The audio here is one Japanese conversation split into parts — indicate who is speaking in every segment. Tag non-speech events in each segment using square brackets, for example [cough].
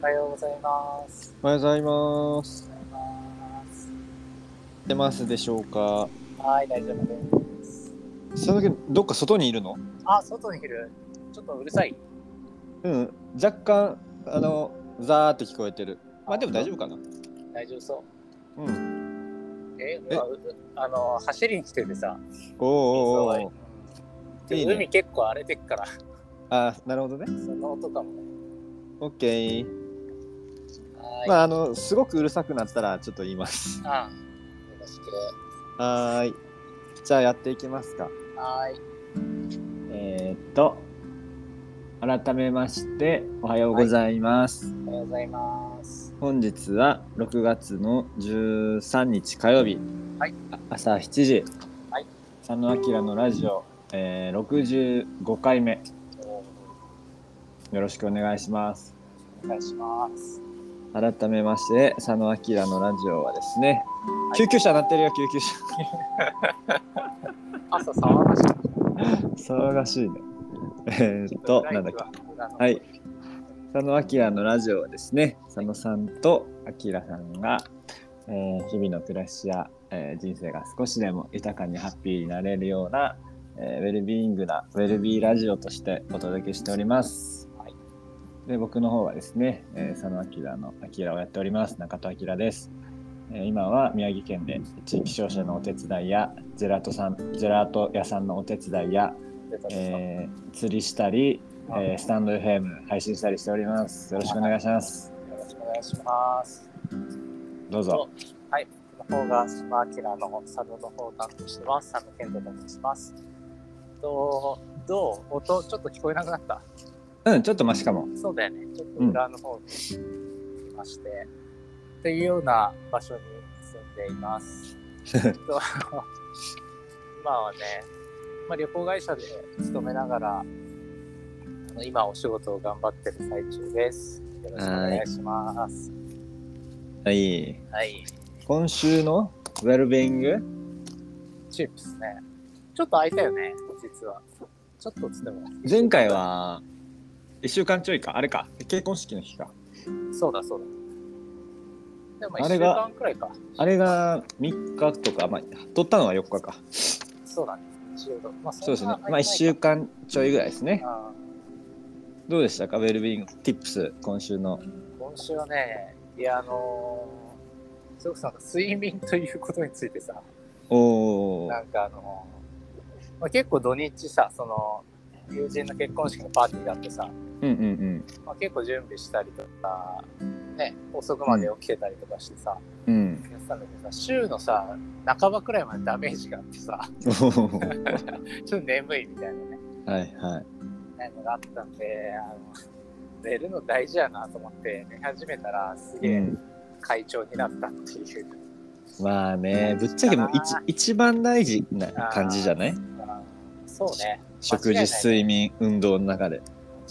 Speaker 1: おはようございます。
Speaker 2: おはようござ
Speaker 1: おはよ
Speaker 2: います。
Speaker 1: うございます。
Speaker 2: 出ますでしょうか。
Speaker 1: はい、大丈夫です。
Speaker 2: その時どっか外にいるの？
Speaker 1: あ、外にいる。ちょっとうるさい。
Speaker 2: うん。若干あのザーって聞こえてる。まあでも大丈夫かな。
Speaker 1: 大丈夫そ
Speaker 2: うん。
Speaker 1: う。え、
Speaker 2: え
Speaker 1: まあうあの、走りに来ててさ。
Speaker 2: おおお
Speaker 1: 水を
Speaker 2: お
Speaker 1: う
Speaker 2: お。
Speaker 1: ん
Speaker 2: いいね
Speaker 1: 海結構荒れてっから、 [laughs]
Speaker 2: あー、なるほどね。
Speaker 1: その音かもね。
Speaker 2: オッケー。
Speaker 1: はい。
Speaker 2: まああのすごくうるさくなったらちょっと言います。 [laughs]
Speaker 1: あ、よろしく。
Speaker 2: はーい。じゃあやっていきますか。
Speaker 1: はい。
Speaker 2: えー、っと改めましておはようございます。
Speaker 1: おはようございます。
Speaker 2: 本日は6月の13日火曜日、
Speaker 1: はい
Speaker 2: あ朝7時、
Speaker 1: はい
Speaker 2: 佐野明のラジオ、えー、65回目
Speaker 1: お
Speaker 2: よろしくお願いします
Speaker 1: 願いします。
Speaker 2: 改めまして佐野明のラジオはですね、
Speaker 1: はい
Speaker 2: 救急車鳴ってるよ救急車
Speaker 1: 朝騒がしい。
Speaker 2: 騒がしいねえーっとなんだっけ
Speaker 1: け
Speaker 2: はい。佐野明のラジオはですね佐野さんと明さんが、えー日々の暮らしや、えー人生が少しでも豊かにハッピーになれるような、えーウェルビーイングなウェルビーラジオとしてお届けしております。
Speaker 1: はい
Speaker 2: で僕の方はですね、えー佐野明の明をやっております中戸明です。えー今は宮城県で地域商社のお手伝いやジェラートさんジェラート屋さんのお手伝いや、えー釣りしたりえースタンド FM 配信したりしております。よろしくお願いします。
Speaker 1: よろしくお願いします。
Speaker 2: どうぞ。
Speaker 1: はい、この方が島明の佐渡の方を担当してます。佐野健太と申します。とどう音ちょっと聞こえなくなった。
Speaker 2: うん、ちょっとマシかも。
Speaker 1: そうだよね。ちょっと裏の方に来まして、というような場所に住んでいます。と [laughs] 今はね、まあ、旅行会社で勤めながら、あの今お仕事を頑張ってる最中です。よろしくお願いします。
Speaker 2: はい。
Speaker 1: はい。
Speaker 2: 今週のウェルビーイング
Speaker 1: チップスね。ちょっと空いたよね、実は。ちょっとつっても。
Speaker 2: 前回は1週間ちょいか。あれか。結婚式の日か。
Speaker 1: そうだそうだ。でも1
Speaker 2: あ
Speaker 1: 週
Speaker 2: れが
Speaker 1: 間くらいか。
Speaker 2: あれが3日とか、まあ、撮ったのは4日か。
Speaker 1: そうだね。一応まあ、そんな
Speaker 2: そうですね。
Speaker 1: 空いてないか
Speaker 2: まあ1週間ちょいぐらいですね。
Speaker 1: あ
Speaker 2: どうでしたかウェルビーイング Tips、今週の。
Speaker 1: ー今週はね、いや、あのー、それこそなんか睡眠ということについてさ、
Speaker 2: おー
Speaker 1: な。んかあのーまあ、結構土日さ、その、友人の結婚式のパーティーがあってさ、
Speaker 2: うんうんうん。
Speaker 1: まあ、結構準備したりとか、ね、遅くまで起きてたりとかしてさ、
Speaker 2: うん。
Speaker 1: やってたんだけどさ週のさ半ばくらいまでダメージがあってさ [laughs]
Speaker 2: おー
Speaker 1: ちょっと眠いみたいなね
Speaker 2: はいはい。
Speaker 1: なんかがあったんであの寝るの大事やなと思って寝始めたらすげ
Speaker 2: う
Speaker 1: え
Speaker 2: ん
Speaker 1: 快調になったっていう、
Speaker 2: まあね、ぶっちゃけもう一一番大事な感じじゃない
Speaker 1: あーそうね
Speaker 2: 食事、睡眠、運動の中で。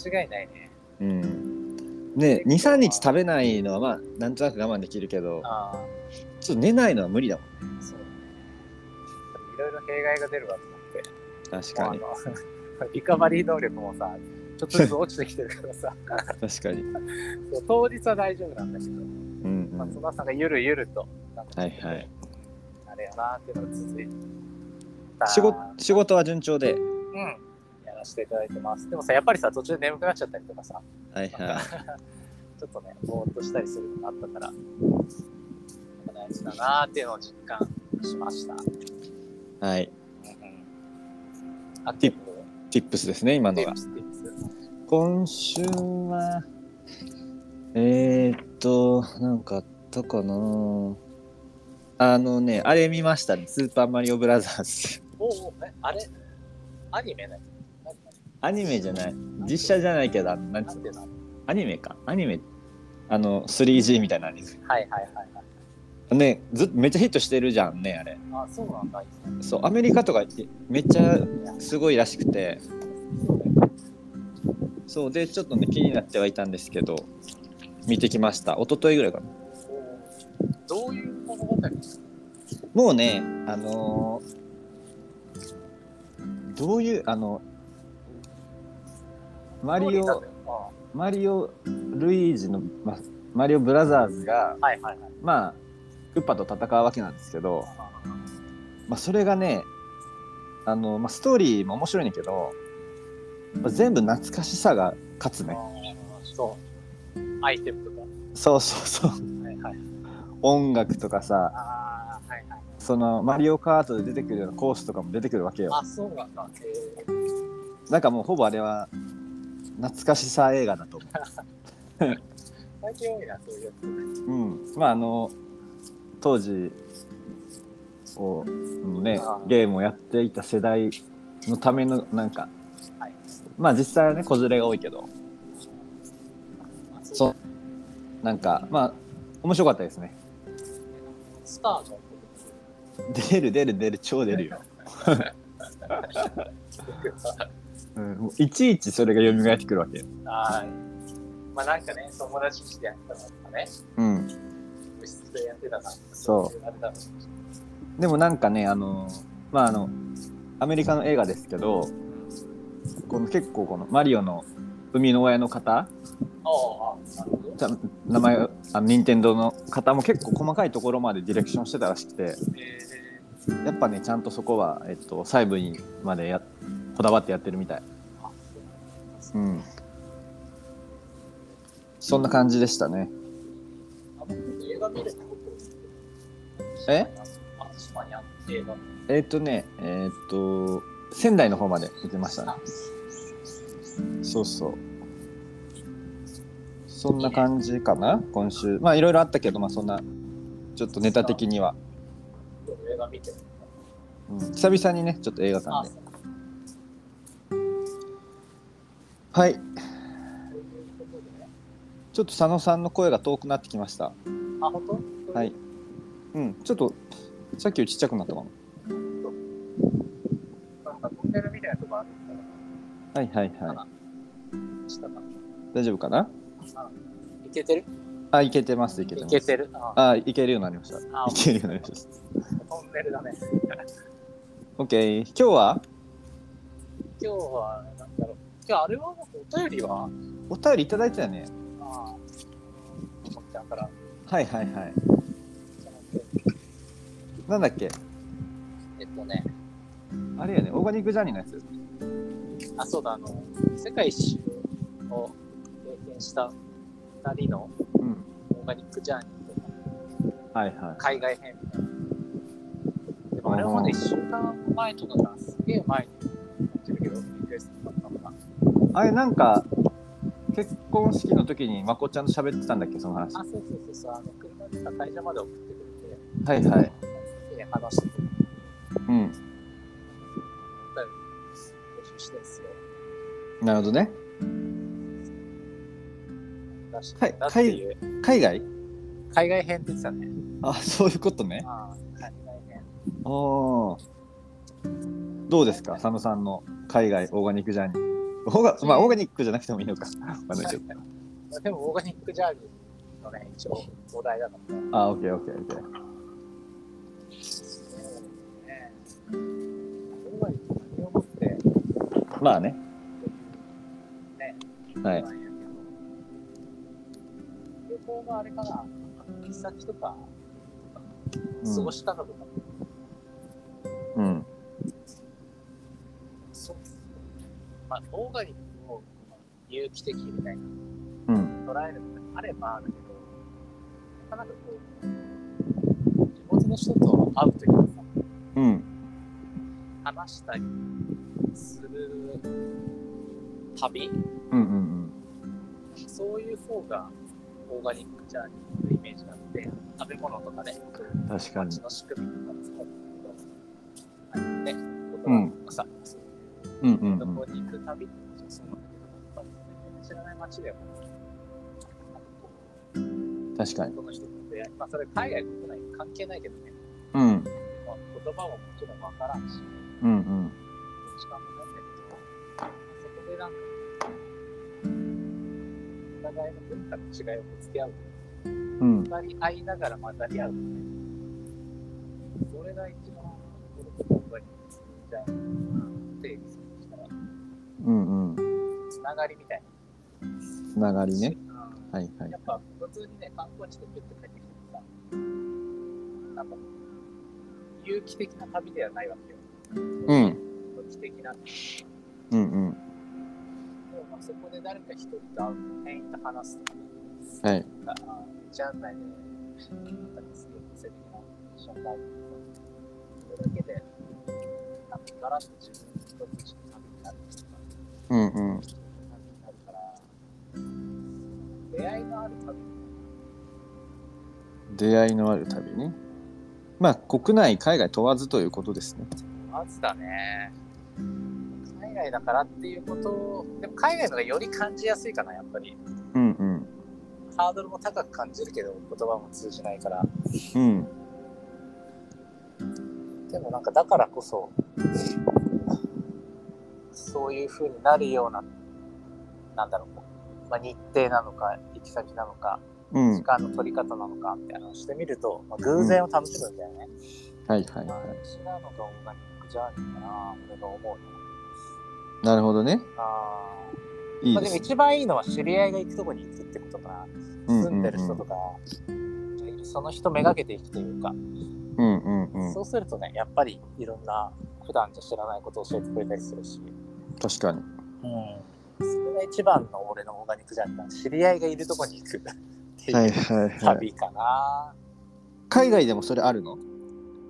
Speaker 1: 間違いないね
Speaker 2: うん。ね、2、3日食べないのは、まあ、なんとなく我慢できるけど、
Speaker 1: ああ
Speaker 2: ちょっと寝ないのは無理だもん。
Speaker 1: そうだねいろいろ弊害が出るわと思って
Speaker 2: 確かに。
Speaker 1: もうあの [laughs] リカバリー能力もさちょっとずつ落ちてきてるからさ [laughs]
Speaker 2: 確かに。
Speaker 1: そう当日は大丈夫なんだけど
Speaker 2: うん、う
Speaker 1: まあ、
Speaker 2: ん。
Speaker 1: そのさんがゆるゆると、なんか
Speaker 2: はいはい。
Speaker 1: あれやなっていうのが続いた。
Speaker 2: 仕事、仕事は順調で。
Speaker 1: うん。やらせていただいてます。でもさ、やっぱりさ、途中で眠くなっちゃったりとかさ、
Speaker 2: はい
Speaker 1: なん
Speaker 2: は
Speaker 1: かちょっとね、ぼーっとしたりするのがあったから、なんか大事だなっていうのを実感しました。うん
Speaker 2: い。はい。
Speaker 1: うん。あティップ、
Speaker 2: tips ですね、今の
Speaker 1: ティッ
Speaker 2: が
Speaker 1: プ。ス、ティップス。
Speaker 2: 今週は、えー、っと、なんかあったかなあのね、あれ見ましたね。スーパーマリオブラザーズ。
Speaker 1: おうおう、え、あれアニメね。何
Speaker 2: アニメじゃない実写じゃないけどあのなん
Speaker 1: な
Speaker 2: つうんの
Speaker 1: ていうの
Speaker 2: アニメかアニメあの 3G みたいなアニ
Speaker 1: はいはいはいはい。
Speaker 2: メねずっとめっちゃヒットしてるじゃんねあれ
Speaker 1: あ、そうなんだ。いいね
Speaker 2: そうアメリカとかめっちゃすごいらしくて
Speaker 1: そうだよね
Speaker 2: そうでちょっとね気になってはいたんですけど見てきました一昨日ぐらいかな
Speaker 1: おうどういう物語ですか
Speaker 2: もうねあのーどういうあのマリオ
Speaker 1: あ
Speaker 2: マリオルイージのまマリオブラザーズが、
Speaker 1: はいはいはい。
Speaker 2: まあ、クッパと戦うわけなんですけど、まあ、それがね、あの、まあ、ストーリーも面白いねんだけど、まあ全部懐かしさが勝つね。
Speaker 1: あーそう。アイテムとか。
Speaker 2: そうそうそう。
Speaker 1: はいはい。
Speaker 2: 音楽とかさ、
Speaker 1: ああ、はいはい。
Speaker 2: そのマリオカートで出てくるようなコースとかも出てくるわけよ。
Speaker 1: あ、そうなんだ。え
Speaker 2: なんかもうほぼあれは懐かしさ映画だと思
Speaker 1: ー最近多いな、そういうやつ。
Speaker 2: う。うん。まああの、当時を、うんね
Speaker 1: あ、ー
Speaker 2: ゲームをやっていた世代のためのなんか、
Speaker 1: はい
Speaker 2: まあ実際はね、子連れが多いけど、
Speaker 1: あ
Speaker 2: そうう。なんか、まあ、面白かったですね。
Speaker 1: スターのこと
Speaker 2: 出る出る出る、超出る [laughs] よ。うん、もういちいちそれが蘇ってくるわけよ。
Speaker 1: はい。まあなんかね、友達してやったのとかね、
Speaker 2: うん。
Speaker 1: 部室でやってたから、
Speaker 2: そう
Speaker 1: いうあれだろうし
Speaker 2: でもなんかね、あの、まああの、アメリカの映画ですけど、この結構このマリオの生みの親の方、
Speaker 1: ああ、なるほど。
Speaker 2: じゃ名前、あの、任天堂の方も結構細かいところまでディレクションしてたらしくて、
Speaker 1: えー
Speaker 2: やっぱね、ちゃんとそこは、えっと、細部にまでや、こだわってやってるみたい。
Speaker 1: あそうなんですね
Speaker 2: うん。そんな感じでしたね。
Speaker 1: あ僕映画見れたこと
Speaker 2: え
Speaker 1: あ、島にあって映画見
Speaker 2: えっとね、えっと、仙台の方まで行きましたね
Speaker 1: た。。
Speaker 2: そうそう。そんな感じかな、今週。まあ、いろいろあったけど、まあ、そんな、ちょっとネタ的には。
Speaker 1: 今日映画見て。
Speaker 2: うん、久々にね、ちょっと映画
Speaker 1: あ
Speaker 2: 館で。は
Speaker 1: そういうことで
Speaker 2: い。
Speaker 1: ね。
Speaker 2: ちょっと佐野さんの声が遠くなってきました。
Speaker 1: あ、本当
Speaker 2: はい。。うん、ちょっと、さっきよりちっちゃくなったかも。
Speaker 1: なんかトンネルみたいなとこあるか
Speaker 2: はいはい
Speaker 1: ら、
Speaker 2: は
Speaker 1: かな下か
Speaker 2: い。大丈夫かな
Speaker 1: いけてる
Speaker 2: あ、いけてます、いけて
Speaker 1: い
Speaker 2: ま
Speaker 1: け
Speaker 2: す。
Speaker 1: てる。あ
Speaker 2: あ、いけるようになりました。い
Speaker 1: あ
Speaker 2: けるようになりました。
Speaker 1: トンネルだね。 [laughs]
Speaker 2: オッケー。今日は
Speaker 1: 今日は、なんだろう。今日あれは、お便りは、
Speaker 2: お便りいただいてたよね。
Speaker 1: ああ、ともちゃんから、
Speaker 2: はいはいはい。なんだっけ
Speaker 1: えっとね、
Speaker 2: あれやね、オーガニックジャーニーのやつ。
Speaker 1: あ、そうだ、あの、世界一周を経験した2人の
Speaker 2: うん。
Speaker 1: オーガニックジャーニーとか、
Speaker 2: はいはい。
Speaker 1: 海外編みたいな。でもあれはまだ1週間前とかがすげえ前にやってるけど、リクエストだったのかな。
Speaker 2: あれなんか結婚式の時にまこっちゃんと喋ってたんだっけその話
Speaker 1: あ、そうそうそうそう、あの、車でさ、会社まで送ってくれて、
Speaker 2: はいはい
Speaker 1: すげえ話してて、
Speaker 2: うん
Speaker 1: お便り募集してんすよ。
Speaker 2: なるほどね
Speaker 1: 出してんだっていう、
Speaker 2: 海外
Speaker 1: 海外編って言ってたね。
Speaker 2: あそういうことね
Speaker 1: ああ、海外編。
Speaker 2: あーどうですか佐野さんの海外オーガニックジャーニーオーガまあオーガニックじゃなくてもいいのかわかんないけど
Speaker 1: まあでもオーガニックジャーニーのね、一応お題だからね。
Speaker 2: あオッケーオッケーオッケー
Speaker 1: ねオーガニック何をもってね、
Speaker 2: まあねはい
Speaker 1: なんやけど旅行のあれかな、行き先とか、過ごし方とか、
Speaker 2: うん
Speaker 1: そうですね。まあ、オーガニックを有機的みたいな
Speaker 2: うん
Speaker 1: 捉えるのがあればあるけど、なかなかこう、地元の人と会うというかさ、
Speaker 2: うん
Speaker 1: 話したりする旅
Speaker 2: うんうんうん
Speaker 1: そういう方がオーガニックジャーニーのイメージがあって食べ物とかね
Speaker 2: 確かに
Speaker 1: 街の仕組みとかもそうだけどはいね僕
Speaker 2: う
Speaker 1: は
Speaker 2: ん
Speaker 1: さ、
Speaker 2: うんうん
Speaker 1: ど
Speaker 2: うん
Speaker 1: こに行く旅ってことそうなんだけどやっぱり全然知らない街でも
Speaker 2: 確かに
Speaker 1: その人と出会いまあそれ海外国内関係ないけどね、
Speaker 2: うん
Speaker 1: まあ、言葉ももちろんわからんし
Speaker 2: うんうん
Speaker 1: 時間もないんだけど、そこでなんか、お互いの文化の違いをぶつけ合う、
Speaker 2: うん
Speaker 1: 二人会いながら混ざり合うみたいな、それが一番、この文化にじゃあ、定義するとしたら、
Speaker 2: うんうん
Speaker 1: つながりみたい
Speaker 2: つながり
Speaker 1: な。
Speaker 2: ね
Speaker 1: うん
Speaker 2: はいはい
Speaker 1: やっぱ普通にね、観光地でピュッと帰ってきてもさ、なんか、有機的な旅ではないわけよ。
Speaker 2: うん
Speaker 1: 有機的な。で
Speaker 2: うんうん
Speaker 1: もまあそこで誰か一人と会うと、店員と話すとかね、
Speaker 2: はい
Speaker 1: なんか、ジャン内で、なんかすごい個性的な紹介とか、それだけで、なんかガラッと自分の一つの旅になるとか、
Speaker 2: うんう
Speaker 1: 感
Speaker 2: ん
Speaker 1: じになるから、出会いのある旅
Speaker 2: 出会いのある旅ねまあ国内海外問わずということですね
Speaker 1: まずだね。海外だからっていうことを、でも海外の方がより感じやすいかな、やっぱり。
Speaker 2: うんうん
Speaker 1: ハードルも高く感じるけど、言葉も通じないから。
Speaker 2: うん
Speaker 1: でもなんかだからこそ、そういう風になるような、なんだろう、まあ、日程なのか、行き先なのか、
Speaker 2: うん
Speaker 1: 時間の取り方なのかみたいなのをしてみると、まあ、偶然を楽しむんだよね。
Speaker 2: はいはい
Speaker 1: まあ、
Speaker 2: は
Speaker 1: 違うのがオーガニックジャーニーかな、俺が思うね。
Speaker 2: いなるほどね
Speaker 1: あー
Speaker 2: いい
Speaker 1: まあ、
Speaker 2: で
Speaker 1: でも
Speaker 2: す
Speaker 1: 一番いいのは知り合いが行くとこに行くってことかな。
Speaker 2: うん
Speaker 1: 住んでる人とか、その人めがけていくというか、
Speaker 2: うんうんうん
Speaker 1: そうするとね、やっぱりいろんな普段じゃ知らないことを教えてくれたりするし、
Speaker 2: 確かに
Speaker 1: それが一番の俺のオーガニックじゃなくて、知り合いがいるとこに行くっていう、
Speaker 2: はいはいはい
Speaker 1: 旅かな。
Speaker 2: 海外でもそれあるの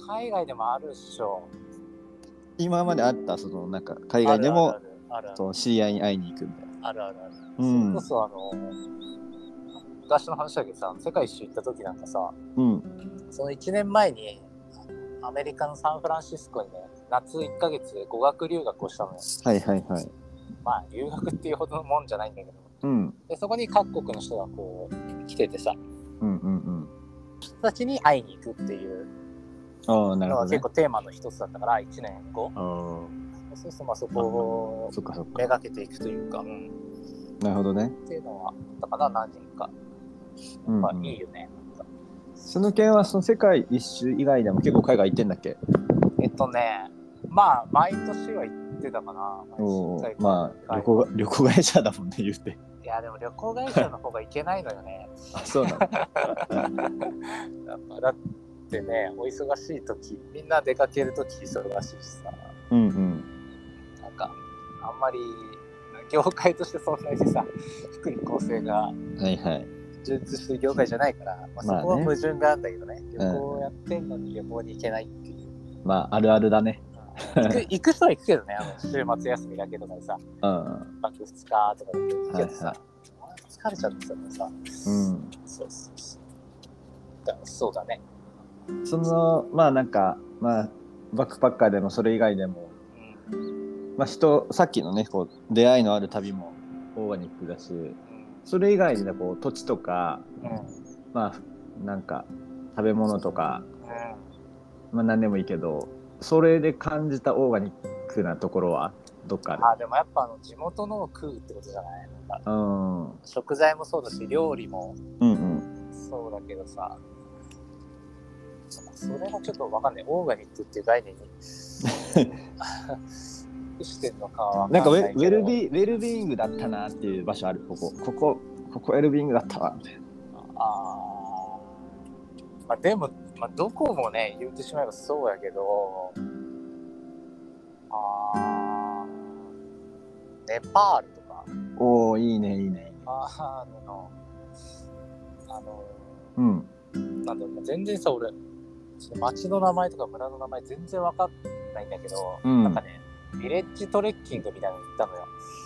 Speaker 1: 海外でもあるっしょ。
Speaker 2: 今まであったそのなんか海外で
Speaker 1: あ
Speaker 2: も
Speaker 1: るある
Speaker 2: と知り合いに会いに行くみたいな
Speaker 1: あるあるあるあるある
Speaker 2: う
Speaker 1: そ
Speaker 2: ん
Speaker 1: れこそあの、昔の話だけどさ、世界一周行った時なんかさ、
Speaker 2: うん
Speaker 1: その1年前にアメリカのサンフランシスコにね夏1ヶ月語学留学をしたのよ
Speaker 2: はいはいはい
Speaker 1: まあ留学っていうほどのもんじゃないんだけど
Speaker 2: うん
Speaker 1: でそこに各国の人がこう来ててさ
Speaker 2: うんうんうん
Speaker 1: 人たちに会いに行くっていう
Speaker 2: ああなる
Speaker 1: の
Speaker 2: ほ
Speaker 1: が
Speaker 2: どね
Speaker 1: 結構テーマの一つだったから1年後
Speaker 2: ああ
Speaker 1: そうするとまあそこを
Speaker 2: そっかそっ
Speaker 1: め
Speaker 2: か
Speaker 1: がけていくというか、うん
Speaker 2: なるほどね
Speaker 1: っていうのはあったかな何人か、
Speaker 2: うん
Speaker 1: まあ
Speaker 2: う、ん
Speaker 1: いいよね
Speaker 2: その件はその世界一周以外でも結構海外行ってんだっけ
Speaker 1: えっとねまあ毎年は行ってたかな毎週
Speaker 2: お
Speaker 1: 一回
Speaker 2: ーまあ旅行が [laughs] 旅行会社だもんね言うて
Speaker 1: いやでも旅行会社の方が行けないのよね
Speaker 2: あそうなの
Speaker 1: やっぱだってね、お忙しい時、みんな出かける時忙しいしさ、
Speaker 2: [laughs] うんうん
Speaker 1: なんか、あんまり、業界としてそんなにさ、福利厚生が
Speaker 2: はいはい
Speaker 1: 充実してる業界じゃないから、まあ、そ
Speaker 2: まあね
Speaker 1: こは矛盾があるんだけどね、旅行やってんのに旅行に行けないっていう。
Speaker 2: まああるあるだね
Speaker 1: 行く行く人は行くけどね、あの週末休みだけとかでさ、
Speaker 2: うん
Speaker 1: 1泊2日とかで行くけどさ、
Speaker 2: はい
Speaker 1: 疲れちゃうんですよね、さ。
Speaker 2: うん
Speaker 1: そうそうそう。だからそうだね。
Speaker 2: そのまあなんかまあバックパッカーでもそれ以外でも
Speaker 1: うん。
Speaker 2: まあ人さっきのねこう出会いのある旅もオーガニックだしそれ以外でねこう土地とか
Speaker 1: うん。うん。
Speaker 2: まあなんか食べ物とか
Speaker 1: うん
Speaker 2: まあ何でもいいけどそれで感じたオーガニックなところはどっか
Speaker 1: あーでもやっぱあの地元のを食うってことじゃないなんか
Speaker 2: あるうんうん
Speaker 1: 食材もそうだし料理も
Speaker 2: うん
Speaker 1: そうだけどさそれがちょっとわかんないオーガニックっていう
Speaker 2: [laughs]
Speaker 1: 概念にしてんのかはわ
Speaker 2: なんかウ
Speaker 1: ない
Speaker 2: ェウェルビーウェルビーイングだったなっていう場所あるここここここウェルビーイングだったわみたいな
Speaker 1: あー、まあ、でも、まあ、どこもね言ってしまえばそうやけどあーネパールとか
Speaker 2: おおいいねいいね
Speaker 1: あーあのあの
Speaker 2: うん
Speaker 1: なんだろうな全然さ俺その町の名前とか村の名前全然わかんないんだけど、
Speaker 2: うん
Speaker 1: なんかねヴィレッジトレッキングみたいなの行ったのよ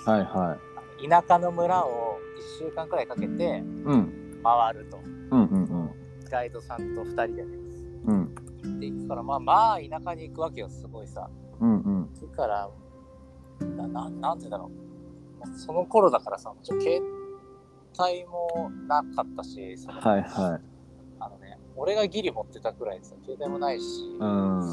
Speaker 2: はいは
Speaker 1: あの田舎の村を1週間くらいかけて
Speaker 2: いうん
Speaker 1: 回ると
Speaker 2: うんうんうん
Speaker 1: ガイドさんと2人でね
Speaker 2: うん
Speaker 1: 行っていくからまあまあ田舎に行くわけよすごいさ
Speaker 2: うんうん
Speaker 1: だからなななんて言うんだろうもうその頃だからさもちろん携帯もなかったしその
Speaker 2: はいはい
Speaker 1: あのね俺がギリ持ってたくらいでさ携帯もないし、
Speaker 2: うん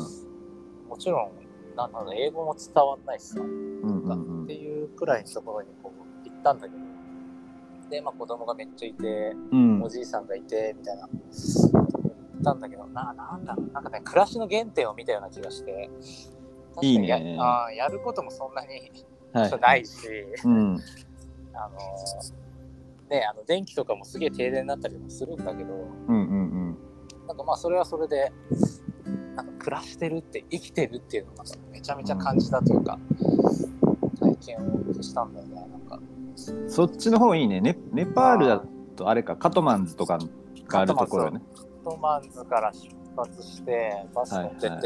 Speaker 1: もちろん、なんだろう、英語も伝わんないしさ、
Speaker 2: うんうん
Speaker 1: っ
Speaker 2: う
Speaker 1: て
Speaker 2: ん
Speaker 1: いうくらいのところにこう行ったんだけど、で、まあ子供がめっちゃいて、
Speaker 2: うん
Speaker 1: おじいさんがいて、みたいな、行ったんだけど、な、なんだろう、なんかね、暮らしの原点を見たような気がして、確かに
Speaker 2: いいね
Speaker 1: やあーやることもそんなに
Speaker 2: はい
Speaker 1: ないし、
Speaker 2: うん
Speaker 1: あのね、あの電気とかもすげえ停電になったりもするんだけど、
Speaker 2: うんうんうん。
Speaker 1: なんかまあそれはそれで、なんか暮らしてるって、生きてるっていうのがめちゃめちゃ感じたというか、体験をしたんだよね、なんか。
Speaker 2: そっちの方いいね。ネネパールだとあれか、カトマンズとかがあるところよね。
Speaker 1: カトマンズから出発して、バス乗ってって、
Speaker 2: はいは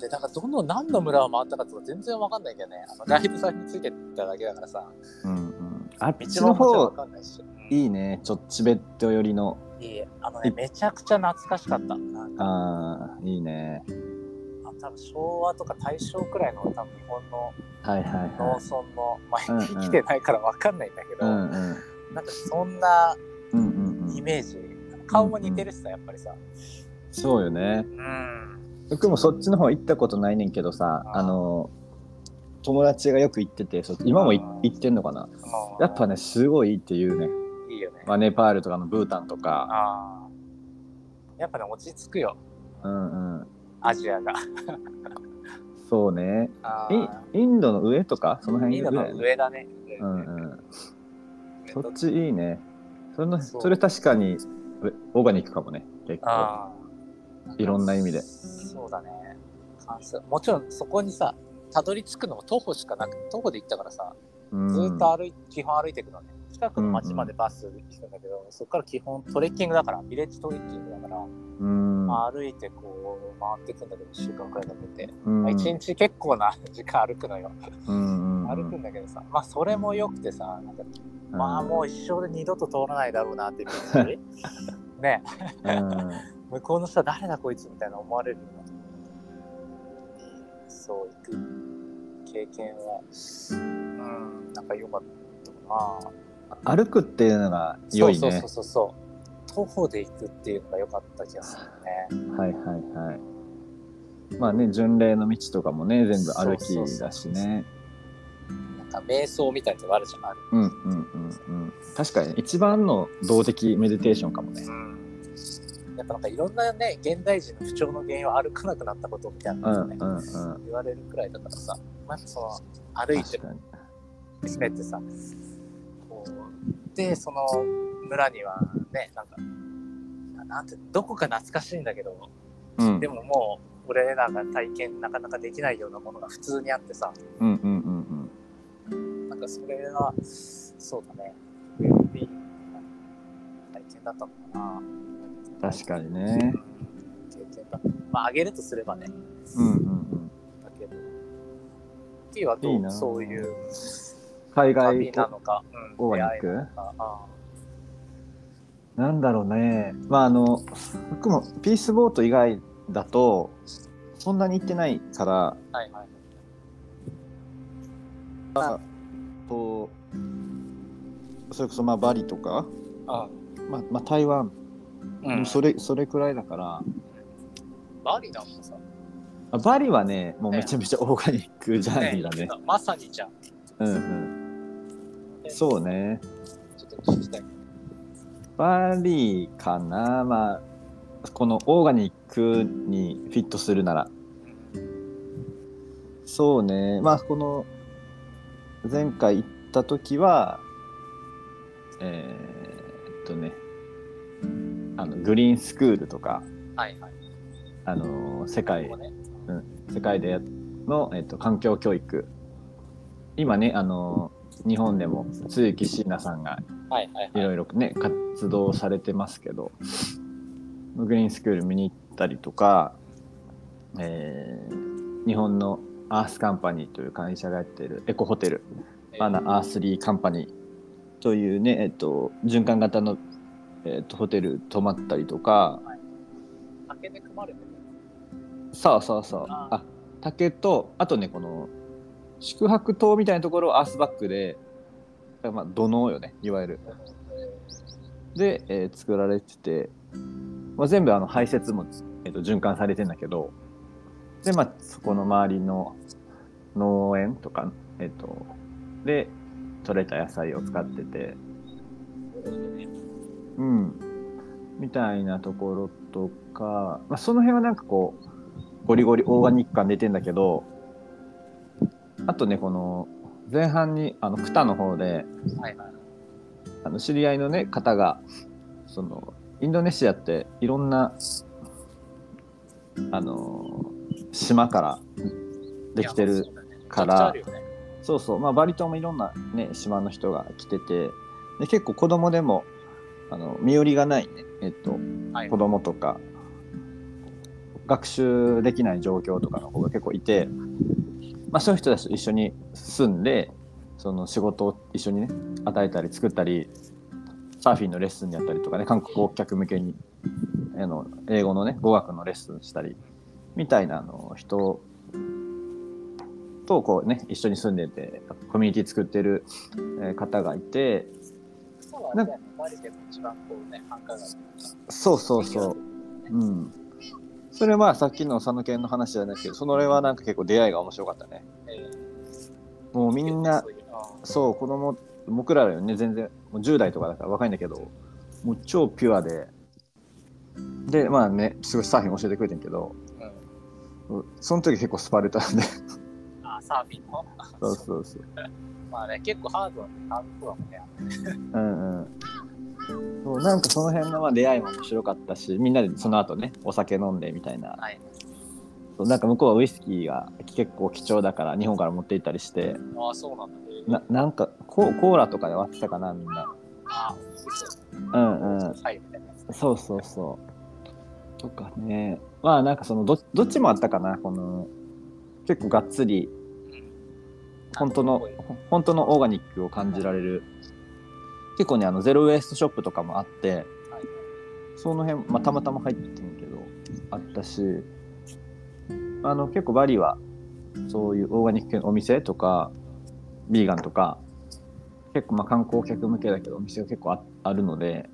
Speaker 1: で、なんかどの何の村を回ったかとか全然わかんないけどね、あのガイドさんについてっただけだからさ、
Speaker 2: うんうん。あっち
Speaker 1: 道
Speaker 2: の
Speaker 1: ももちろんわ
Speaker 2: 方
Speaker 1: かんないし。うん
Speaker 2: いいね。ちょっとチベット寄りの。
Speaker 1: いいあのね、めちゃくちゃ懐かしかった。なんか
Speaker 2: ああ、いいね。
Speaker 1: あ多分昭和とか大正くらいの多分日本の
Speaker 2: はいはい
Speaker 1: 農
Speaker 2: はい。
Speaker 1: 村の、まあ
Speaker 2: うんうん
Speaker 1: 生きてないからわかんないんだけ
Speaker 2: う
Speaker 1: ど、
Speaker 2: んうん。
Speaker 1: なんかそんな
Speaker 2: うんうんう
Speaker 1: イ
Speaker 2: ん。
Speaker 1: メージ、顔も似てるしさやっぱりさ
Speaker 2: そうよね。
Speaker 1: うん
Speaker 2: 僕もそっちの方行ったことないねんけどさ、
Speaker 1: あー
Speaker 2: あの、友達がよく行ってて、そ今もい
Speaker 1: あー
Speaker 2: 行ってんのかな
Speaker 1: あの
Speaker 2: やっぱね、すごいいいっていうね。
Speaker 1: いいよね、
Speaker 2: まあ、ネパールとかのブータンとか。
Speaker 1: あーやっぱね落ち着くよ
Speaker 2: うんうん。
Speaker 1: アジアが
Speaker 2: そうね。
Speaker 1: あー
Speaker 2: イインドの上とかその辺
Speaker 1: インド
Speaker 2: ぐら
Speaker 1: の
Speaker 2: い
Speaker 1: 上だね、
Speaker 2: うんうん。
Speaker 1: 上
Speaker 2: そ
Speaker 1: だ
Speaker 2: っ
Speaker 1: ね
Speaker 2: ちいいね。その
Speaker 1: そう
Speaker 2: それ確かにオーガニックかもね。結構。
Speaker 1: あー
Speaker 2: いろんな意味で
Speaker 1: そうだね感想もちろんそこにさたどり着くのも徒歩しかなく徒歩で行ったからさ
Speaker 2: うん
Speaker 1: ずーっと歩い、基本歩いていくのね近くの町までバス行くんだけど、そこから基本トレッキングだからビレッジトレッキングだから、
Speaker 2: うん。
Speaker 1: まあ、歩いてこう回っていくんだけど1週間くらいかけて、
Speaker 2: うん
Speaker 1: まあ、1日結構な時間歩くのよ
Speaker 2: うんうん
Speaker 1: 歩くんだけどさまあそれも良くてさなんかまあもう一生で二度と通らないだろうなっていう感じ
Speaker 2: [laughs]
Speaker 1: ね
Speaker 2: うん
Speaker 1: 向こうの人は誰だこいつみたいな思われるようなそう行く経験はうんなんか良かったかな
Speaker 2: 歩くっていうのが良いね。
Speaker 1: そうそうそうそうそう徒歩で行くっていうのが良かった気がするね
Speaker 2: はいはいはい。まあね、巡礼の道とかもね、全部歩きだしね。
Speaker 1: なんか瞑想みたいなのがあるじゃんある
Speaker 2: うんうんうんうん。確かに一番の動的メディテーションかもね。
Speaker 1: やっぱなんかいろんなね現代人の不調の原因は歩かなくなったことみたいな
Speaker 2: うん
Speaker 1: の
Speaker 2: う
Speaker 1: が
Speaker 2: ん
Speaker 1: ね、
Speaker 2: うん。
Speaker 1: 言われるくらいだからさ、まあ、その歩いて
Speaker 2: 確
Speaker 1: る
Speaker 2: かに。
Speaker 1: 娘ってさこうでその村にはねなんかななんてどこか懐かしいんだけど、
Speaker 2: うん
Speaker 1: でももう俺らが体験なかなかできないようなものが普通にあってさ
Speaker 2: うんうんうんうん。
Speaker 1: なんかそれはそうだねウェルビーイングな体験だったのかな
Speaker 2: 確かにね。
Speaker 1: 経験だまああげるとすればね
Speaker 2: うんうんうん。
Speaker 1: だけど T はどう
Speaker 2: いいな
Speaker 1: そういう
Speaker 2: 海
Speaker 1: 旅
Speaker 2: 外
Speaker 1: なのか、うん、
Speaker 2: オーガニッ
Speaker 1: 出会いな
Speaker 2: ク
Speaker 1: のかあ
Speaker 2: なんだろうね。まああの、僕もピースボート以外だと、そんなに行ってないから、
Speaker 1: ーはいはい
Speaker 2: こう、それこそまあバリとか、
Speaker 1: あ
Speaker 2: まあ、まあ台湾、
Speaker 1: うん、
Speaker 2: それ、それくらいだから、
Speaker 1: バリなんかさ、
Speaker 2: あバリはね、もうめちゃめちゃオーガニックジャーニーだね。
Speaker 1: まさにじゃん。
Speaker 2: うんうん。そう
Speaker 1: ね。
Speaker 2: ね。
Speaker 1: ちょっと聞きたい。
Speaker 2: バリかな、まあ、このオーガニックにフィットするなら。そうね。まあ、この、前回行った時は、えーっとね、あの、グリーンスクールとか、
Speaker 1: はいはい。
Speaker 2: あの、世
Speaker 1: こ
Speaker 2: 界
Speaker 1: こ、ね
Speaker 2: 世界での、えっと、環境教育。今ね、あの、日本でも、鈴木椎名さんが
Speaker 1: はいはい
Speaker 2: い
Speaker 1: はい。
Speaker 2: ろいろね、活動されてますけど、グリーンスクール見に行ったりとか、えー日本のアースカンパニーという会社がやってるエコホテル、バナアースリーカンパニーというね、えっと、循環型の、えっと、ホテル泊まったりとか、
Speaker 1: 竹で組まれてる。
Speaker 2: さあさあさ
Speaker 1: あ
Speaker 2: あ、あ、竹と、あとね、この、宿泊棟みたいなところをアースバックで、まあ、土のうよね、いわゆる。で、えー作られてて、まあ、全部あの排泄も、えーと循環されてんだけどで、まあ、そこの周りの農園とか、えー、とで採れた野菜を使ってて、うん、みたいなところとか、まあ、その辺はなんかこうゴリゴリオーガニック感出てんだけどあとねこの前半にあのクタの方で
Speaker 1: はいはい。
Speaker 2: あの知り合いの、ね、方がそのインドネシアっていろんなあの島からできてるか
Speaker 1: いやそうだねめちゃくちゃあ
Speaker 2: ら
Speaker 1: るよね
Speaker 2: そうそう、まあ、バリ島もいろんな、ね、島の人が来ててで結構子供でもあの身寄りがない、ねえっと、
Speaker 1: はい
Speaker 2: 子供とか学習できない状況とかの子が結構いて、まあ、そういう人たちと一緒に住んでその仕事を一緒にね与えたり作ったりサーフィンのレッスンやったりとかね韓国語客向けにあの英語のね語学のレッスンしたりみたいなあの人とこうね一緒に住んでてコミュニティ作ってるえー方がいて
Speaker 1: そうだね。バリでも一番こうね、繁華街と
Speaker 2: そうそうそう。うん。それはさっきの佐野犬の話じゃないけど、そのれはなんか結構出会いが面白かったね。もうみんな、そう、子供、僕らだよね、全然、もう10代とかだから若いんだけど、もう超ピュアで、で、まあね、すごいサーフィン教えてくれてんけど、その時結構スパルタで、
Speaker 1: ああ、サーフィンも。
Speaker 2: そうそうそう。
Speaker 1: まあね、結構ハードはね、ハードコアもね、
Speaker 2: うんうん。そうなんかその辺のまあ出会いも面白かったし、みんなでその後ね、お酒飲んでみたいな
Speaker 1: はい。
Speaker 2: そうなんか向こうはウイスキーが結構貴重だから日本から持って行ったりして
Speaker 1: ああ、そうなんだ。
Speaker 2: ななんかコーコーラとかで割ってたかなみんな
Speaker 1: ああ、そう
Speaker 2: うんうん
Speaker 1: はい、みたいなやつ。
Speaker 2: そうそうそうとかねまあなんかそのどどっちもあったかなこの結構がっつり本当のほ本当のオーガニックを感じられる結構ねあのゼロウェイストショップとかもあって
Speaker 1: はい
Speaker 2: その辺、まあ、たまたま入ってんけどあったしあの結構バリはそういうオーガニック系のお店とかビーガンとか結構まあ観光客向けだけどお店が結構ああるので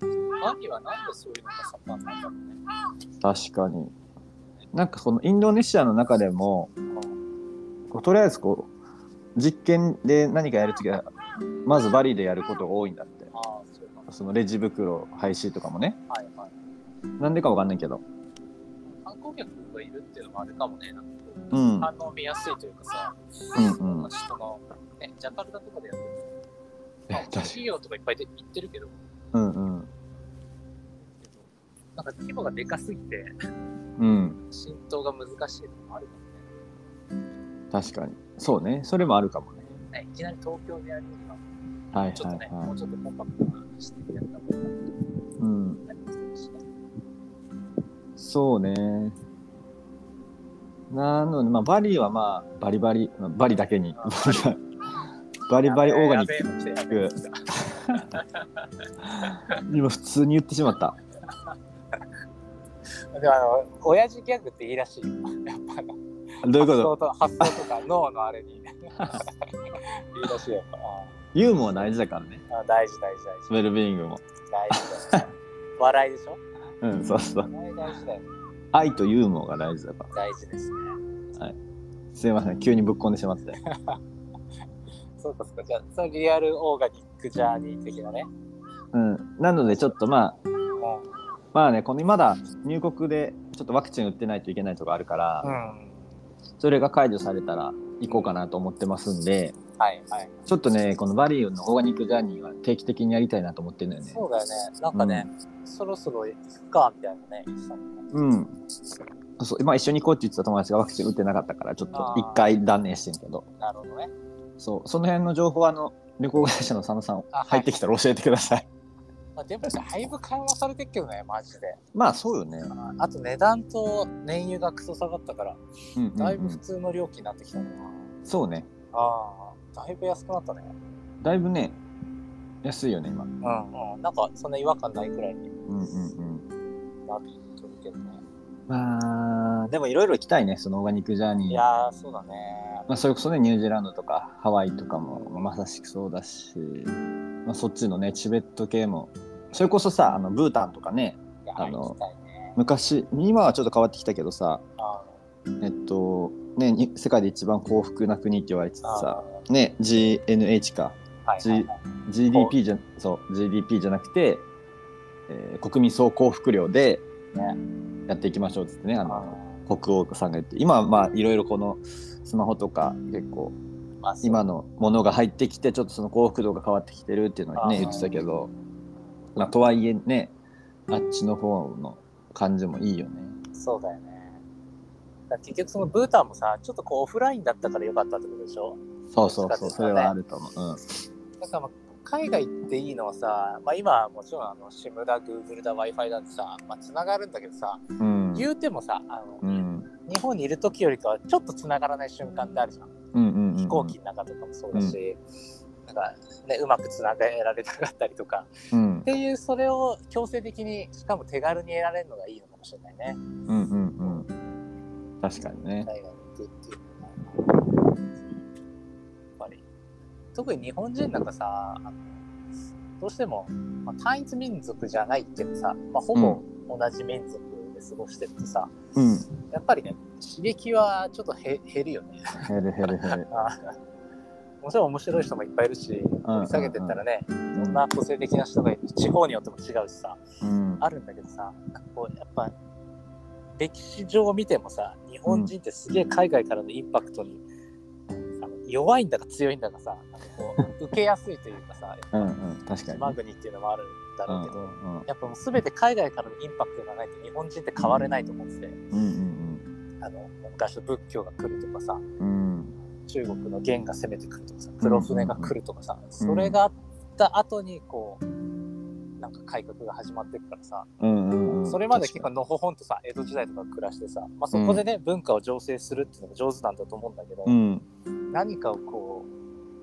Speaker 1: バリはなんでそういうのが盛んなんだろうね。
Speaker 2: 確かになんかこのインドネシアの中でもこうとりあえずこう実験で何かやるときはまずバリでやることが多いんだって
Speaker 1: ああ、そうなんだ。
Speaker 2: そのレジ袋廃止とかもね
Speaker 1: はいはい。
Speaker 2: なんでかわかんないけど
Speaker 1: [laughs] 観光客がいるっていうのもあるかもね。なんかこう
Speaker 2: うん
Speaker 1: 反応見やすいというかさ、
Speaker 2: うんうん
Speaker 1: 人の、ね、ジャカルタとかでやってる。まあ
Speaker 2: 確かに
Speaker 1: 企業とかいっぱいで行ってるけど、
Speaker 2: うん
Speaker 1: なんか規模がでかすぎて、
Speaker 2: うんうん
Speaker 1: 浸透が難しいのもあるか
Speaker 2: 確かにそうねそれもあるかもね
Speaker 1: もね。ねいきなり東京でやるには、
Speaker 2: はいはい
Speaker 1: ちょっとね、
Speaker 2: はい、
Speaker 1: もうちょっとコンパクトなしてやった方がいい
Speaker 2: うん
Speaker 1: なりますしね。
Speaker 2: そうねなのでまあバリはまあバリバリまあバリだけに [laughs] バリバリオーガニック
Speaker 1: ック。やべえ来たやべえ来た
Speaker 2: 今普通に言ってしまった
Speaker 1: でもあの、親父ギャグっていいらしいよ。やっぱあの
Speaker 2: どういうこと
Speaker 1: 発想と発想とか脳のあれに。いいらしいよ。やっぱ
Speaker 2: ユーモア大事だからね
Speaker 1: ああ大事大事大
Speaker 2: ウ
Speaker 1: 事。
Speaker 2: ェルビーイングも
Speaker 1: 大事だよ。笑いでしょ
Speaker 2: うんそうそう
Speaker 1: 笑い大事だよ。
Speaker 2: 愛とユーモアが大事だから
Speaker 1: 大事ですね。
Speaker 2: すいません急にぶっ込んでし
Speaker 1: [laughs]
Speaker 2: まって
Speaker 1: そうかそうか。じゃあ、そのリアルオーガニックジャーニー的なね。
Speaker 2: うんなのでちょっとまあ
Speaker 1: も
Speaker 2: まあねこのまだ入国でちょっとワクチン打ってないといけないとかあるから、
Speaker 1: ううん。
Speaker 2: それが解除されたら行こうかなと思ってますんで、
Speaker 1: はいはい。
Speaker 2: ちょっとね、このバリューのオーガニックジャーニーは定期的にやりたいなと思ってるんだよね。
Speaker 1: そうだよね。なんかね、そろそろ行くかみたいなね、言ってたもんね
Speaker 2: うん。そうまあ、一緒に行こうって言ってた友達がワクチン打ってなかったから、ちょっと
Speaker 1: あー
Speaker 2: 一回断念してんけど、
Speaker 1: なるほどね。
Speaker 2: そう、その辺の情報は、あの、旅行会社の佐野さん、
Speaker 1: あはい
Speaker 2: 入ってきたら教えてください。
Speaker 1: まあ、でもだいぶ緩和されてっけどね、マジで。
Speaker 2: まあ、そうよね。
Speaker 1: ああと値段と燃油がクソ下がったから、
Speaker 2: うんうんうん
Speaker 1: だいぶ普通の料金になってきたのかな。
Speaker 2: そうね。
Speaker 1: ああ、だいぶ安くなったね。
Speaker 2: だいぶね、安いよね、今。
Speaker 1: うん、うん。なんかそんな違和感ないくらいに
Speaker 2: うんうんうん。
Speaker 1: なってるけどね。
Speaker 2: まあ、でもいろいろ行きたいね、そのオーガニックジャーニー。
Speaker 1: いやー、そうだね。
Speaker 2: まあ、それこそねニュージーランドとかハワイとかもまさしくそうだし、まあ、そっちのねチベット系もそれこそさあのブータンとかね
Speaker 1: いや
Speaker 2: あ
Speaker 1: ー、
Speaker 2: の
Speaker 1: 行きたいね。
Speaker 2: 昔今はちょっと変わってきたけどさ
Speaker 1: あ
Speaker 2: えっとねに世界で一番幸福な国って言われてて
Speaker 1: ーあ
Speaker 2: さね GNH か
Speaker 1: ー、はいはいはい。
Speaker 2: GDP じゃそう GDP じゃなくて、えー国民総幸福量で
Speaker 1: ね
Speaker 2: やっていきましょうっつってねあ
Speaker 1: あ
Speaker 2: の
Speaker 1: ー
Speaker 2: 国王さんが言って今はまあいろいろこのスマホとか結構
Speaker 1: まあそう
Speaker 2: 今のものが入ってきてちょっとその幸福度が変わってきてるっていうのをね
Speaker 1: あー
Speaker 2: 言ってたけど、まあ、とはいえねあっちの方の感じもいいよね
Speaker 1: そうだよね。だから結局そのブータンもさ、ちょっとこうオフラインだったから良かったってことでしょ
Speaker 2: そうそうそ
Speaker 1: そうで
Speaker 2: う
Speaker 1: す
Speaker 2: そ
Speaker 1: かね
Speaker 2: れはあると思う、うん、
Speaker 1: だからまあ海外行っていいのはさ、まあ、今はもちろんあの SIM だ Google だ Wi-Fi だってさ、まあ、つながるんだけどさ、
Speaker 2: うん
Speaker 1: 言うてもさあ
Speaker 2: う
Speaker 1: の、
Speaker 2: ん
Speaker 1: 日本にいる時よりかはちょっとつながらない瞬間ってあるじゃん、
Speaker 2: うんうんうん
Speaker 1: 飛行機の中とかもそうだし、なんかねうまくつなげられなかったりとか
Speaker 2: うん
Speaker 1: っていうそれを強制的にしかも手軽に得られるのがいいのかもしれないね
Speaker 2: うんうんうん [laughs] 確かにね
Speaker 1: 海外に行くっていうのはやっぱり特に日本人なんかさあのどうしても、まあ、単一民族じゃないけどさ、まあ、ほぼ同じ民族で過ごしてるとさ、
Speaker 2: うん
Speaker 1: やっぱりね刺激はちょっとへ減るよね
Speaker 2: 減る減る減る
Speaker 1: あもちろん面白い人もいっぱいいるし掘り下げてったらね、
Speaker 2: うん
Speaker 1: まあ個性的な人がいる地方によっても違うしさ
Speaker 2: うん
Speaker 1: あるんだけどさなんかこうやっぱ歴史上見てもさ日本人ってすげえ海外からのインパクトに、あの弱いんだか強いんだかさなんかこう受けやすいというかさ
Speaker 2: うんうん確かに
Speaker 1: 島
Speaker 2: ね
Speaker 1: 国っていうのもあるんだ
Speaker 2: う
Speaker 1: ろ
Speaker 2: ん
Speaker 1: うけど、
Speaker 2: うんうん
Speaker 1: やっぱもう全て海外からのインパクトがないと日本人って変われないと思ってて
Speaker 2: うん
Speaker 1: あの昔の仏教が来るとかさ
Speaker 2: うんうん
Speaker 1: 中国の元が攻めてくるとかさ黒船が来るとかさ、それがあった後にこうなんか改革が始まっていくからさ、
Speaker 2: うんうんうん
Speaker 1: それまで結構のほほんとさ江戸時代とか暮らしてさ、まあ、そこでね、文化を醸成するっていうのも上手なんだと思うんだけど、
Speaker 2: うん
Speaker 1: 何かをこ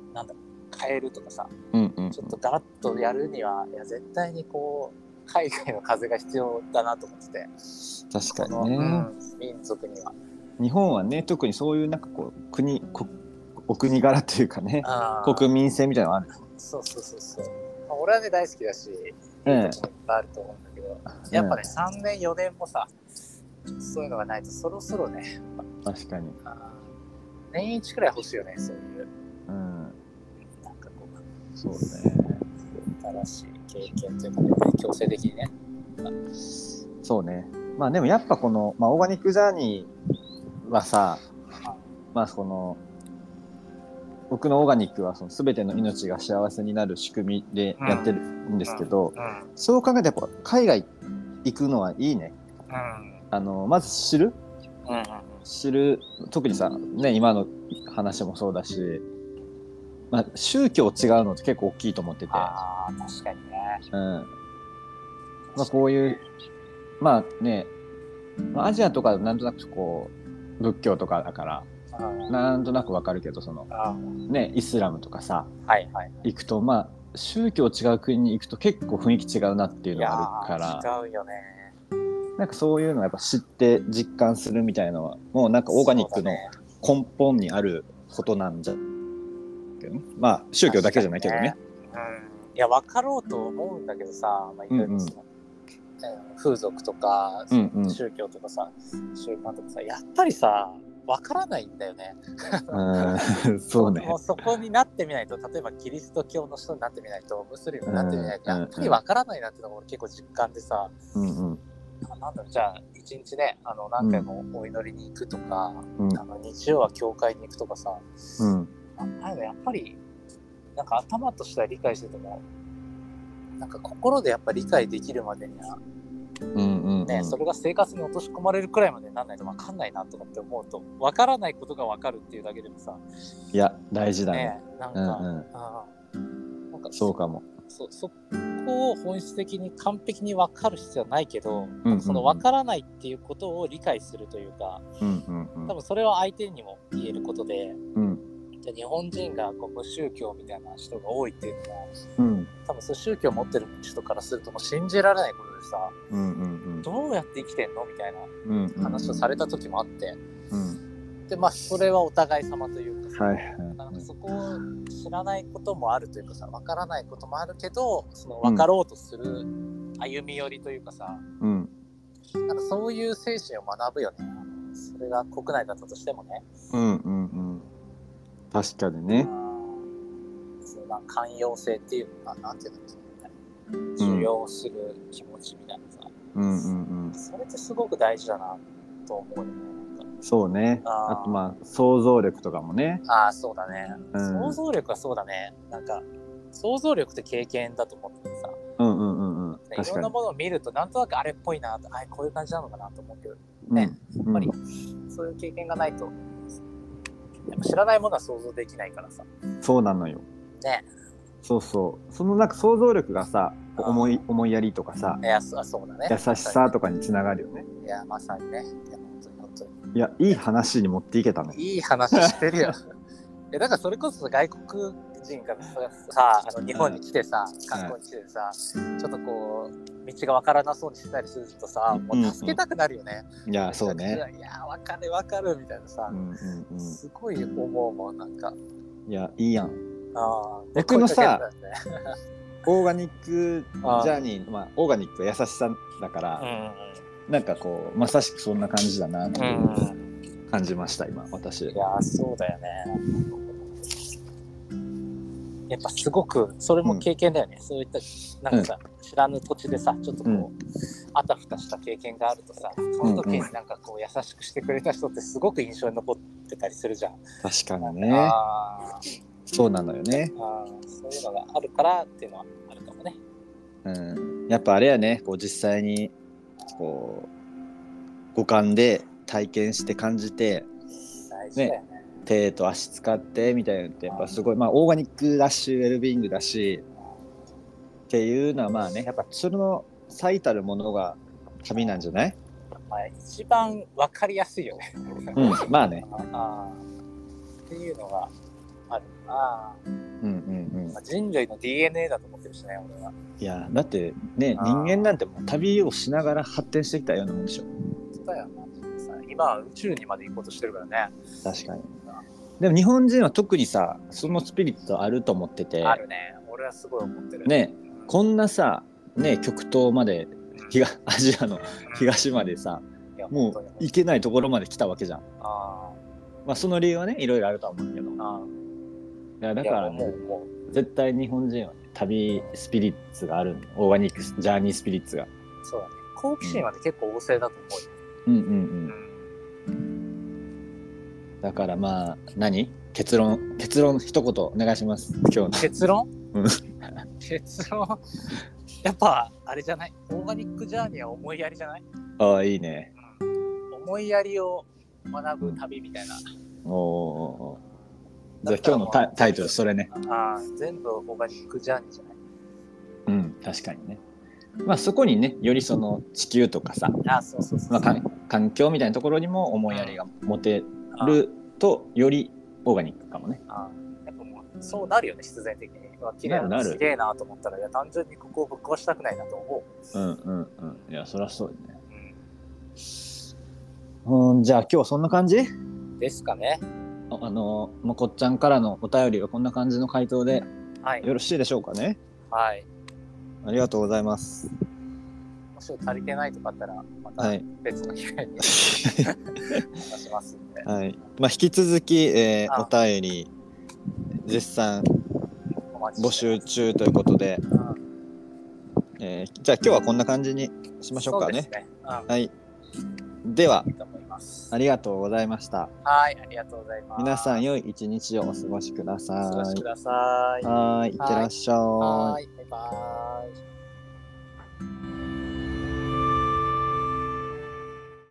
Speaker 1: うなんだろう変えるとかさ
Speaker 2: うんうん
Speaker 1: ちょっとガラッとやるにはいや絶対にこう海外の風が必要だなと思ってて
Speaker 2: 確か
Speaker 1: この、
Speaker 2: にね、
Speaker 1: うん民族には。
Speaker 2: 日本はね特にそういうなんかこう国こお国柄というかね
Speaker 1: あー
Speaker 2: 国民性みたいなのある
Speaker 1: そうそうそうそう。まあ俺はね、大好きだし、いい
Speaker 2: ええ
Speaker 1: 時もいっぱいあると思うんだけど、やっぱね、3年、4年もさ、ちょっとそういうのがないと、そろそろね、
Speaker 2: 確かに、
Speaker 1: あー年一くらい欲しいよね、そういう、
Speaker 2: うん、
Speaker 1: なんかこう、
Speaker 2: そうね
Speaker 1: 新しい経験というかね、強制的にね。
Speaker 2: そうねまあでもやっぱこの、まあ、オーガニックジャーニーはさまあその僕のオーガニックはその全ての命が幸せになる仕組みでやってるんですけど、
Speaker 1: うん。うん。
Speaker 2: そう考えてやっぱ海外行くのはいいねあのまず知る
Speaker 1: うん。うん。
Speaker 2: 知る特にさ、ね、今の話もそうだし、まあ、宗教違うのって結構大きいと思ってて、
Speaker 1: ああ、確かにね。
Speaker 2: うんまあ、こういうまあね、まあ、アジアとかなんとなくこう仏教とかだから
Speaker 1: うん
Speaker 2: なんとなくわかるけどその、
Speaker 1: あー
Speaker 2: ね、イスラムとかさ
Speaker 1: はいはい。
Speaker 2: 行くとまあ宗教違う国に行くと結構雰囲気違うなっていう
Speaker 1: い
Speaker 2: の
Speaker 1: や
Speaker 2: があるから
Speaker 1: ー違うよね。
Speaker 2: なんかそういうのをやっぱ知って実感するみたいなのはもうなんかオーガニックの根本にあることなんじゃけどねまあ宗教だけじゃないけどね
Speaker 1: 確かにね。うん、いや分かろうと思うんだけどさ、まあ、いろいろその、うん風俗とか、
Speaker 2: うんうん
Speaker 1: 宗教とかさ習慣とかさやっぱりさ分からないんだよね。
Speaker 2: うんそうね
Speaker 1: もうそこになってみないと例えばキリスト教の人になってみないとムスリムになってみないと
Speaker 2: うん
Speaker 1: やっぱり分からないなっていうのが俺結構実感でさ、
Speaker 2: うんうん
Speaker 1: あなんだろうじゃあ一日ねあの何回もお祈りに行くとか、
Speaker 2: うん
Speaker 1: あの日曜は教会に行くとかさ、
Speaker 2: うん
Speaker 1: ああいうのやっぱりなんか頭としては理解しててもなんか心でやっぱり理解できるまでには
Speaker 2: うんうんうん
Speaker 1: ね、それが生活に落とし込まれるくらいまでになんないと分かんないなとかって思うと分からないことが分かるっていうだけでもさ、
Speaker 2: いや大事だね
Speaker 1: ね、なんか、
Speaker 2: う
Speaker 1: うんん
Speaker 2: うん
Speaker 1: なんか
Speaker 2: そうかも
Speaker 1: そそこを本質的に完璧に分かる必要はないけど、
Speaker 2: うんうん
Speaker 1: その分からないっていうことを理解するというか
Speaker 2: うんうん
Speaker 1: 多分それは相手にも言えることで
Speaker 2: うん
Speaker 1: じゃあ日本人がこう宗教みたいな人が多いっていうのは
Speaker 2: うん
Speaker 1: 多分そう宗教を持ってる人からするともう信じられないことでさ
Speaker 2: うんうん
Speaker 1: どうやって生きてんのみたい
Speaker 2: うんうん
Speaker 1: な話をされた時もあって、
Speaker 2: うん
Speaker 1: でまあそれはお互い様というかさ、
Speaker 2: はい
Speaker 1: な
Speaker 2: は
Speaker 1: んか
Speaker 2: い
Speaker 1: そこを知らないこともあるというかさ分からないこともあるけどその分かろうとする歩み寄りというかさ、
Speaker 2: うん
Speaker 1: なんかそういう精神を学ぶよねあのそれが国内だったとしてもね
Speaker 2: うんうんうん確かに
Speaker 1: あ
Speaker 2: ね
Speaker 1: ーそうな寛容性っていうのかななんていうんだろう受容する気持ちみたいなさ、
Speaker 2: うんうんうん
Speaker 1: それってすごく大事だなと思うよね。なんか
Speaker 2: そうね。
Speaker 1: あ
Speaker 2: あ
Speaker 1: ー
Speaker 2: とまあ、想像力とかもね。
Speaker 1: ああ、そうだね、
Speaker 2: うん
Speaker 1: 想像力はそうだね。なんか、想像力って経験だと思っててさ、
Speaker 2: うんうんうんうん。
Speaker 1: い
Speaker 2: 確
Speaker 1: ろ
Speaker 2: か
Speaker 1: んな
Speaker 2: に。
Speaker 1: ものを見ると、なんとなくあれっぽいなと、あこういう感じなのかなと思うけど、ね
Speaker 2: うん、
Speaker 1: ぱりそういう経験がないと、でも知らないものは想像できないからさ。
Speaker 2: うんそうなのよ。
Speaker 1: ね。
Speaker 2: そうそう。そのなんか想像力がさ、
Speaker 1: あー
Speaker 2: 思い、思いやりとかさ
Speaker 1: い、や、そそうだね。
Speaker 2: 優しさとかにつながるよね。
Speaker 1: いや、まさにね。いや、本当に本当に。
Speaker 2: いや、いい話に持っていけたね。
Speaker 1: いい話して
Speaker 2: [laughs]
Speaker 1: るよ。いや、だからそれこそ外国人がさ、さあの日本に来てさ、観光に来てさ、ちょっとこう、道がわからなそうにしてたりするとさ、も
Speaker 2: うんう
Speaker 1: うん助けたくなるよね。
Speaker 2: いや、そう
Speaker 1: めちゃ
Speaker 2: ね。
Speaker 1: くちゃ。いや、わかるわかるみたいなさ
Speaker 2: う、んうんう
Speaker 1: すごい思うもん、なんか。
Speaker 2: ん。いや、いいやん。
Speaker 1: あー
Speaker 2: 僕のさ、
Speaker 1: 声かけられたよね
Speaker 2: オーガニック
Speaker 1: あー
Speaker 2: ジャーニー、まあ、オーガニックは優しさだから、なんかこう、まさしくそんな感じだなって
Speaker 1: うんうん。うん
Speaker 2: 感じました、今、私。
Speaker 1: いやーそうだよね。やっぱすごくそれも経験だよね、そういったなんかさ、知らぬ土地でさちょっとこう、
Speaker 2: うん
Speaker 1: あたふたした経験があるとさその時になんかこう優しくしてくれた人ってすごく印象に残ってたりするじゃん。
Speaker 2: 確かに
Speaker 1: あ
Speaker 2: ね。
Speaker 1: あー
Speaker 2: そうなのよね。
Speaker 1: あーそういうのがあるからっていうのはあるかもね。
Speaker 2: うん。やっぱあれやね、こう、実際に、こう、五感で体験して感じて、
Speaker 1: 大事だよね。
Speaker 2: 手と足使ってみたいなのってやっぱすごいまあオーガニックだしウェルビーイングだしっていうのはまあねやっぱその最たるものが旅なんじゃない
Speaker 1: まあ、一番わかりやすいよね。
Speaker 2: うんまあね
Speaker 1: [laughs] あーっていうのがあるな。
Speaker 2: うんうんうん
Speaker 1: まあ、人類の DNA だと思ってるしね俺は。
Speaker 2: いやだってね
Speaker 1: あー
Speaker 2: 人間なんてもう旅をしながら発展してきたようなもんでしょ
Speaker 1: そうだよなさ今は宇宙にまで行こうとしてるからね。
Speaker 2: 確かにでも日本人は特にさそのスピリットあると思ってて
Speaker 1: あるね。俺はすごい思ってる。
Speaker 2: ね
Speaker 1: うん、
Speaker 2: こんなさね極東まで東アジアの
Speaker 1: うん
Speaker 2: 東までさ
Speaker 1: いや本
Speaker 2: もう
Speaker 1: 当に
Speaker 2: 行けないところまで来たわけじゃん
Speaker 1: あ
Speaker 2: まあその理由はねいろいろあるとは思うけどい
Speaker 1: ーあ
Speaker 2: やだ
Speaker 1: ー。
Speaker 2: から
Speaker 1: いやも
Speaker 2: ね
Speaker 1: うも
Speaker 2: 絶対日本人はね旅スピリッツがあるんだオーガニックスジャーニースピリッツが
Speaker 1: うそうだね。好奇心はね、結構旺盛だと思うよ。
Speaker 2: うんうん
Speaker 1: う
Speaker 2: うん
Speaker 1: ん。
Speaker 2: んだからまあ何結論結論一言お願いします今日
Speaker 1: 結論
Speaker 2: うん？
Speaker 1: [laughs] 結論。 [laughs] やっぱあれじゃない。オーガニックジャーニーは思いやりじゃない？
Speaker 2: のああいいね
Speaker 1: うん、思いやりを学ぶ旅みたいな。
Speaker 2: おーおーおーじゃあ今日のタイタイトルそれね
Speaker 1: ああー全部オーガニックジャーニーじゃない？
Speaker 2: うん確かにねまあそこにねよりその地球とかさ、
Speaker 1: あーそうそうそうそ
Speaker 2: ま
Speaker 1: う。
Speaker 2: あ、かん環境みたいなところにも思いやりが持て
Speaker 1: あー
Speaker 2: るとよりオーガニックかもね
Speaker 1: あやっぱもうそうなるよね必然的にうわ綺麗な
Speaker 2: なるなる
Speaker 1: すげえなと思ったらいや単純にここをぶっ壊したくないなと思
Speaker 2: うんうんうんいやそりゃそうだね
Speaker 1: う、
Speaker 2: うん、じゃあ今日はそんな感じ
Speaker 1: ですかね
Speaker 2: ああのまこっちゃんからのお便りはこんな感じの回答で
Speaker 1: はい
Speaker 2: よろしいでしょうかね
Speaker 1: はい
Speaker 2: ありがとうございます。
Speaker 1: もし足りてないとかあったらまた
Speaker 2: はい。
Speaker 1: 別の機会に出しますん
Speaker 2: [laughs]
Speaker 1: で、
Speaker 2: はい。まあ、引き続き、えー
Speaker 1: あ
Speaker 2: お便り、絶賛
Speaker 1: お待ち
Speaker 2: 募
Speaker 1: してま
Speaker 2: 集中ということで、
Speaker 1: す
Speaker 2: えーじゃあ今日はこんな感じにしましょうか
Speaker 1: そ
Speaker 2: ね
Speaker 1: う。ですねうん
Speaker 2: はい。では、
Speaker 1: いいと思います
Speaker 2: ありがとうございました。
Speaker 1: はいありがとうございます
Speaker 2: 皆さん、
Speaker 1: よ
Speaker 2: 良い一日をお過ごしくだ
Speaker 1: お過
Speaker 2: さ
Speaker 1: ごしく
Speaker 2: い。
Speaker 1: ださい
Speaker 2: はい。いってらっしゃい。
Speaker 1: はいバイバイ